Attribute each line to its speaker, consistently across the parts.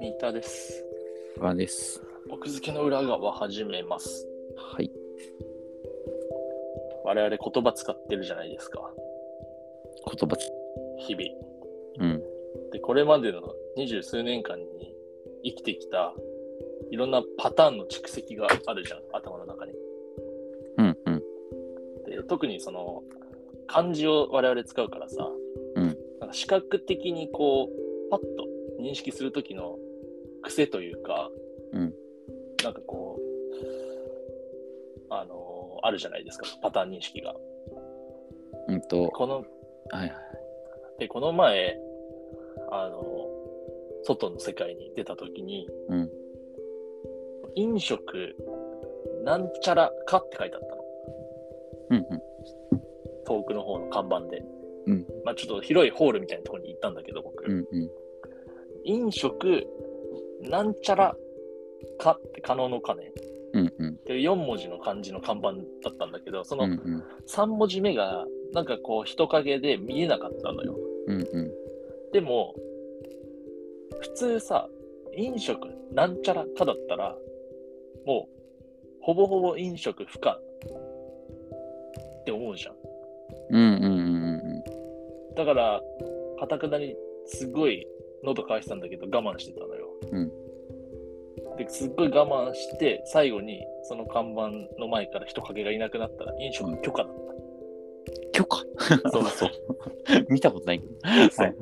Speaker 1: 三田です。
Speaker 2: 不安です。
Speaker 1: 奥付けの裏側始めます。
Speaker 2: はい。
Speaker 1: 我々言葉使ってるじゃないですか。
Speaker 2: 言葉つ、
Speaker 1: 日々。
Speaker 2: うん。
Speaker 1: で、これまでの二十数年間に生きてきたいろんなパターンの蓄積があるじゃん、頭の中に。
Speaker 2: うん、うん。
Speaker 1: で特にその漢字を我々使うからさ、
Speaker 2: うん
Speaker 1: なんか視覚的にこうパッと認識する時の癖というか、
Speaker 2: うん
Speaker 1: なんかこうあのあるじゃないですかパターン認識が。
Speaker 2: うんと、
Speaker 1: この
Speaker 2: はいはい。
Speaker 1: でこの前あの外の世界に出た時に
Speaker 2: うん。
Speaker 1: 飲食なんちゃらかって書いてあったの
Speaker 2: うん、
Speaker 1: 遠くの方の看板で、
Speaker 2: うん
Speaker 1: まあ、ちょっと広いホールみたいなところに行ったんだけど僕、
Speaker 2: うん。うん、うん。
Speaker 1: 飲食なんちゃらかって可能のかね
Speaker 2: うん、うん。
Speaker 1: っていう4文字の漢字の看板だったんだけどそ
Speaker 2: うん、
Speaker 1: の
Speaker 2: うん。
Speaker 1: 3文字目がなんかこう人影で見えなかったのよ
Speaker 2: うん、うん。
Speaker 1: でも普通さ飲食なんちゃらかだったらもうほぼほぼ飲食不可って思うじゃん
Speaker 2: うん、うん、うん。
Speaker 1: だから、かたくなにすごい喉乾いてたんだけど我慢してたのよ。
Speaker 2: うん
Speaker 1: ですっごい我慢して、最後にその看板の前から人影がいなくなったら飲食許可だっ
Speaker 2: 許可
Speaker 1: た。 そうそう。
Speaker 2: 見たことないけど。はい。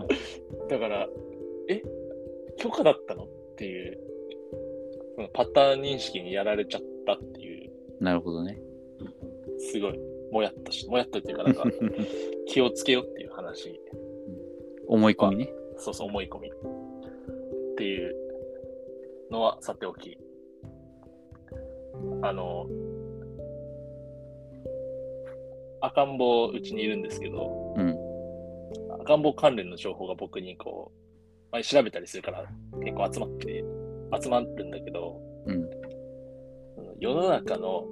Speaker 1: だから、え許可だったのっていう、そのパターン認識にやられちゃったっていう、
Speaker 2: なるほどね。
Speaker 1: すごい、もやっとし、もやっとっていうか、なん か気をつけようっていう話、
Speaker 2: 思い込みね。
Speaker 1: そうそう思い込みっていうのはさておき、あの、赤ん坊うちにいるんですけど、
Speaker 2: うん。
Speaker 1: 赤ん坊関連の情報が僕にこう、まあ、調べたりするから結構集まって、集まるんだけど、
Speaker 2: うん。
Speaker 1: その世の中の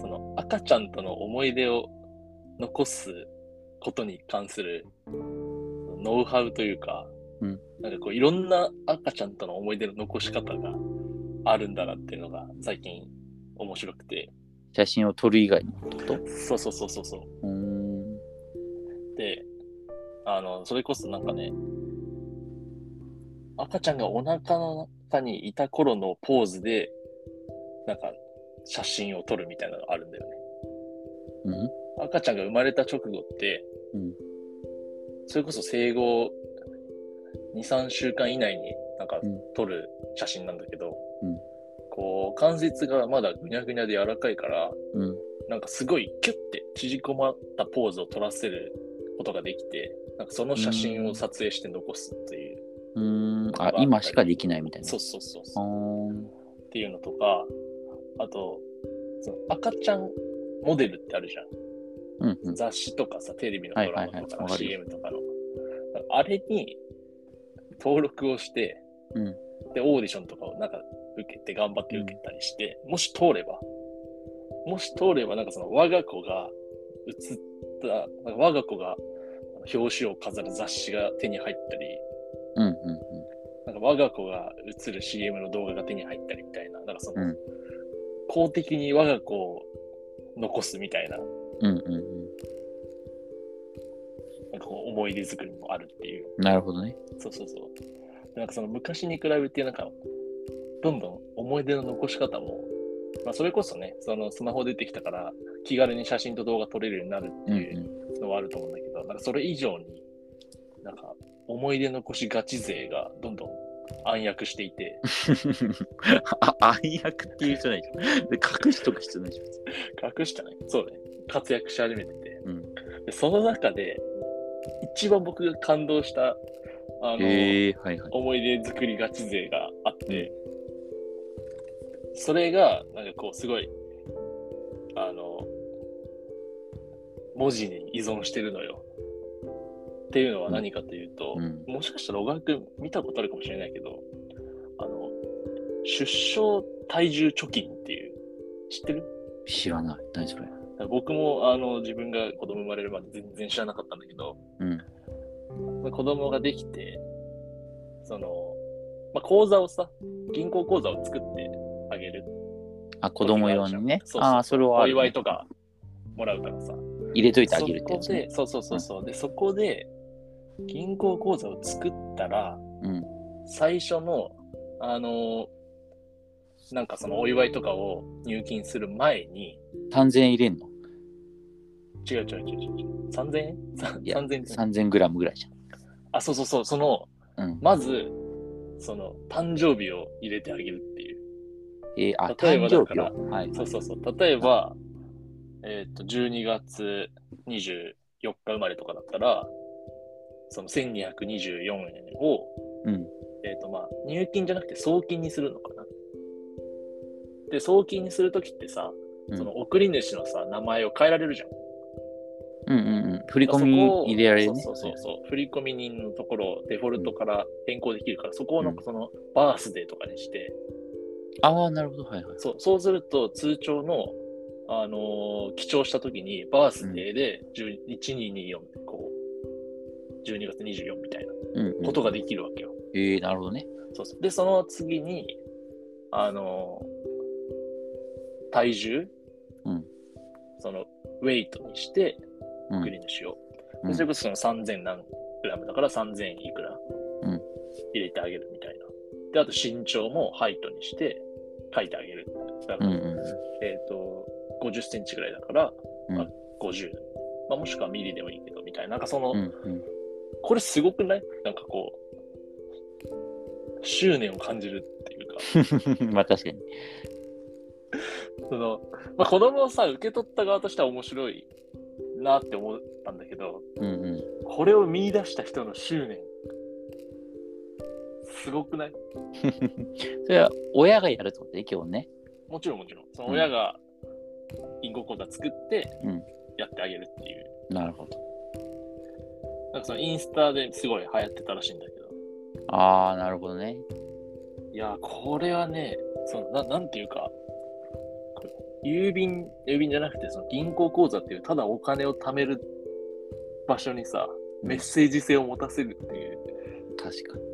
Speaker 1: その赤ちゃんとの思い出を残すことに関するノウハウというか、
Speaker 2: うん
Speaker 1: なんかこういろんな赤ちゃんとの思い出の残し方があるんだなっていうのが最近面白くて、
Speaker 2: 写真を撮る以外の。
Speaker 1: そうそうそうそうそう
Speaker 2: ーん。
Speaker 1: う。で、あの、それこそなんかね、赤ちゃんがお腹の中にいた頃のポーズで、なんか写真を撮るみたいなのがあるんだよね。
Speaker 2: うん。
Speaker 1: 赤ちゃんが生まれた直後って、
Speaker 2: うん
Speaker 1: それこそ生後23週間以内になんか
Speaker 2: うん
Speaker 1: 撮る写真なんだけど、
Speaker 2: うん
Speaker 1: こう関節がまだぐにゃぐにゃで柔らかいから
Speaker 2: うん。
Speaker 1: なんかすごいキュッて縮こまったポーズを撮らせることができてなんかその写真を撮影して残すっていう、
Speaker 2: うーん。あ、今しかできないみたいな。。
Speaker 1: そううそうそうそう
Speaker 2: あー
Speaker 1: っていうのとかあとその赤ちゃんモデルってあるじゃん
Speaker 2: うん、うん。
Speaker 1: 雑誌とかさ、テレビのドラマ
Speaker 2: はいはい
Speaker 1: と
Speaker 2: はい
Speaker 1: かの
Speaker 2: わかるよ
Speaker 1: CM とかの、あれに登録をして、
Speaker 2: うん
Speaker 1: で、オーディションとかをなんか受けて、頑張って受けたりして、もし通れば、もし通れば、なんかその我が子が映った、なんか我が子が表紙を飾る雑誌が手に入ったり、
Speaker 2: うん、う
Speaker 1: なんか我が子が映る CM の動画が手に入ったりみたいな、なんかその、
Speaker 2: うん
Speaker 1: 公的に我が子を残すみたいな、
Speaker 2: ん。うん、うん、う
Speaker 1: なんかこう思い出作りもあるっていう。
Speaker 2: ん。なるほどね。
Speaker 1: そうそうそう。でなんかその昔に比べて、なんか、どんどん思い出の残し方も、まあ、それこそね、そのスマホ出てきたから、気軽に写真と動画撮れるようになるって
Speaker 2: うん、
Speaker 1: いう
Speaker 2: う
Speaker 1: のはあると思うんだけど、なんかそれ以上に、なんか、思い出残しがち勢がどんどん暗躍してい て、
Speaker 2: ん。あ、暗躍っていう人ないでしょ。で隠しとく必要ないでしょ。
Speaker 1: 隠してないそうね、活躍し始めてて、
Speaker 2: うん
Speaker 1: でその中で、一番僕が感動した、あの、
Speaker 2: ええはいはい。
Speaker 1: 思い出作りガチ勢があって、それがなんかこうすごいあの文字に依存してるのよ。っていうのは何かというと、
Speaker 2: うん。
Speaker 1: もしかしたら小川君見たことあるかもしれないけどあの出生体重貯金っていう知ってる
Speaker 2: 知らない。何それ。
Speaker 1: 僕もあの自分が子供生まれるまで全然知らなかったんだけど、
Speaker 2: うん
Speaker 1: まあ子供ができて、その、まあ、口座をさ、銀行口座を作ってあげる。
Speaker 2: あ、子供用にね。
Speaker 1: そうそう
Speaker 2: ああ、それは
Speaker 1: お
Speaker 2: あるね
Speaker 1: 祝いとかもらうからさ。
Speaker 2: 入れといてあげるってやつね。
Speaker 1: そこでそうそうそうそう、で、そこで、銀行口座を作ったら、
Speaker 2: うん
Speaker 1: 最初の、あのーなんかそのお祝いとかを入金する前に、
Speaker 2: 3000円入れんの
Speaker 1: 違う違う違う違う違う、3000円
Speaker 2: いや
Speaker 1: ?3000 円
Speaker 2: ?3000 グラムぐらいじ
Speaker 1: あ、そうそうそう、その、
Speaker 2: ゃん。うん。
Speaker 1: まず、その、誕生日を入れてあげるっていう。
Speaker 2: えーあ、
Speaker 1: 例え
Speaker 2: 誕
Speaker 1: ばだ
Speaker 2: 生日
Speaker 1: から
Speaker 2: よはい。
Speaker 1: そうそうそう。例えば、えっ、と、12月24日生まれとかだったら、その1224円を、
Speaker 2: うん。
Speaker 1: えっ、と、まあ、入金じゃなくて送金にするのかな。で、送金にするときってさ、
Speaker 2: うん
Speaker 1: その送り主のさ、名前を変えられるじゃん。
Speaker 2: うんうんうん。振り込
Speaker 1: そ
Speaker 2: み
Speaker 1: こを
Speaker 2: 入れられるね。
Speaker 1: そうそうそうそう。振り込み人のところをデフォルトから変更できるから、そこをなんかその、バースデーとかにして、
Speaker 2: ああ、なるほど。はいはい。
Speaker 1: そうそうすると通帳の、あのー記帳した時にバースデーで10 1224ってこう12月24みたいな
Speaker 2: うん、うん。
Speaker 1: ことができるわけよ。
Speaker 2: ええー、なるほどね。
Speaker 1: そうそうでその次に、あのー体重、
Speaker 2: うん
Speaker 1: そのウェイトにして
Speaker 2: うん
Speaker 1: 送り主を、
Speaker 2: うん
Speaker 1: でそれこそその3000何グラムだから3000いくら
Speaker 2: うん
Speaker 1: 入れてあげるみたいな。であと身長もハイトにして書いてあげる。だか
Speaker 2: うん
Speaker 1: ら
Speaker 2: う
Speaker 1: えー、と50センチぐらいだから、
Speaker 2: うん
Speaker 1: まあ、50、まあ、もしくはミリでもいいけどみたいな、なんかその、
Speaker 2: ん。うんうん。
Speaker 1: これすごくないなんかこう、執念を感じるっていうか、
Speaker 2: まあ確かに。
Speaker 1: そのまあ、子供をさ、受け取った側としては面白いなって思ったんだけど、
Speaker 2: うんうん。
Speaker 1: これを見出した人の執念、すごくない
Speaker 2: それは親がやるってことね、今日ね。
Speaker 1: もちろんもちろん、その
Speaker 2: うん
Speaker 1: 親が銀行口座作って
Speaker 2: うん、
Speaker 1: やってあげるっていう。
Speaker 2: なるほど。
Speaker 1: なんかそのインスタですごい流行ってたらしいんだけど、
Speaker 2: ああ、なるほどね。
Speaker 1: いやー、これはね、そのななんていうか、郵便、郵便じゃなくて、その銀行口座っていう、ただお金を貯める場所にさ、メッセージ性を持たせるっていう、
Speaker 2: 確かに。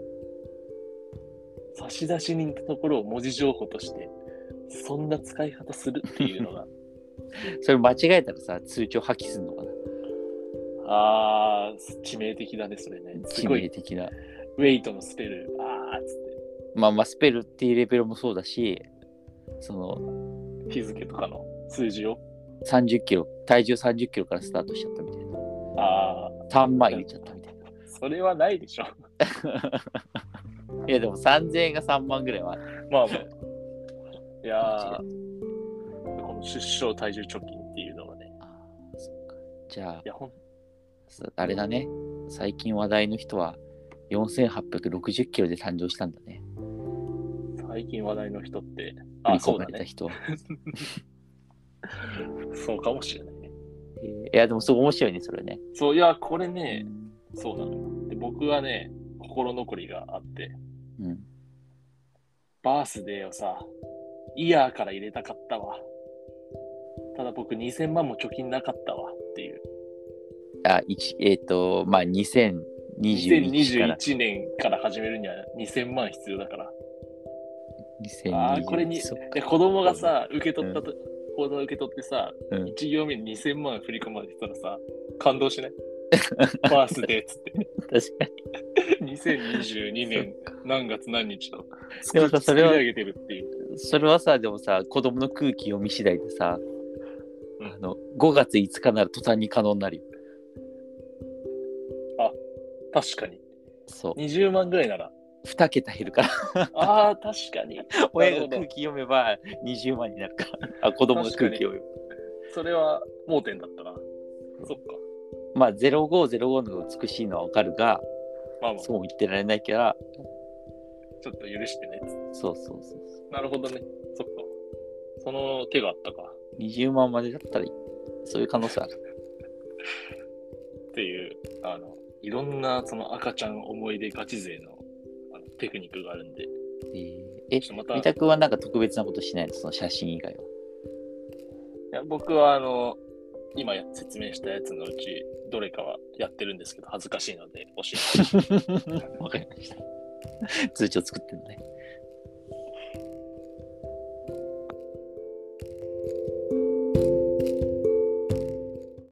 Speaker 1: 差出人ってところを文字情報として、そんな使い方するっていう のが、
Speaker 2: それ間違えたらさ、通帳破棄すんのかな
Speaker 1: あー、致命的だね、それね。す
Speaker 2: 致
Speaker 1: ご
Speaker 2: 命
Speaker 1: い、
Speaker 2: 的な。
Speaker 1: ウェイトのスペル、あーっつっ
Speaker 2: まあまあ、スペルっていうレベルもそうだし、その
Speaker 1: て、日付とかの数字を、
Speaker 2: 30キロ、体重30キロからスタートしちゃったみたいな。
Speaker 1: あ
Speaker 2: 3万入れちゃったみ たいな。
Speaker 1: ー、それはないでしょ。
Speaker 2: いや、でも3000円が3万ぐらいはある。
Speaker 1: まあまあ。いやー、この出生体重貯金っていうのはね、
Speaker 2: あーそっかじゃあ
Speaker 1: い、や、ほん
Speaker 2: さあれだね。最近話題の人は4860キロで誕生したんだね。
Speaker 1: 最近話題の人って、
Speaker 2: 振
Speaker 1: あ、
Speaker 2: り
Speaker 1: そ
Speaker 2: 込
Speaker 1: う
Speaker 2: ま
Speaker 1: だ
Speaker 2: れた
Speaker 1: ね。
Speaker 2: 人は。
Speaker 1: そうかもしれないね。
Speaker 2: えーいや、でもすごい面白いね、それね。
Speaker 1: そう、いや、これね、そうなのよ。で、僕はね、心残りがあって、
Speaker 2: うん。
Speaker 1: バースデーをさ、イヤーから入れたかったわ。ただ僕2000万も貯金なかったわっていう。
Speaker 2: あ、一えっ、と、まあ、2021から
Speaker 1: 2021年から始めるには2000万必要だから。
Speaker 2: 2021
Speaker 1: あーこれに
Speaker 2: そっか
Speaker 1: で子供がさ、受け取ったと、口座受け取ってさ、
Speaker 2: うん
Speaker 1: 1行目に2000万振り込まれてたらさ、感動し ないバースデーっつって、
Speaker 2: 確かに。
Speaker 1: 2022年何月何日と、
Speaker 2: でもさ、そ
Speaker 1: 作
Speaker 2: れ
Speaker 1: り
Speaker 2: は、
Speaker 1: 上げてるっていう。
Speaker 2: それはさ、でもさ、子供の空気読み次第でさ、
Speaker 1: うん
Speaker 2: あの5月5日なら途端に可能になるよ。
Speaker 1: 確かに。
Speaker 2: そう。
Speaker 1: 20万ぐらい なら。
Speaker 2: 2桁減 るから。
Speaker 1: ああ、確かに。
Speaker 2: 親が空気読めば20万になるから。 あ、子供が空気読めば。
Speaker 1: それは盲点だったな。そっか。
Speaker 2: まあ、0505の美しいのはわかるが、
Speaker 1: まあまあ、ち
Speaker 2: そうも言ってられないから、
Speaker 1: ょっと許してねっつって。
Speaker 2: そうそうそうそう。
Speaker 1: なるほどね。そっか。その手があったか。
Speaker 2: 20万までだったら、そういう可能性ある。
Speaker 1: っていう、あの、いろんなその赤ちゃん思い出ガチ勢のあのテクニックがあるんで、
Speaker 2: えーえ
Speaker 1: ちょっとまた、
Speaker 2: 三
Speaker 1: い
Speaker 2: 田君はなんか特別なことしないのその写真以外は。
Speaker 1: や僕はあの、今や説明したやつのうち、どれかはやってるんですけど、恥ずかしいので、教えて
Speaker 2: わかりました。通帳作ってるのね。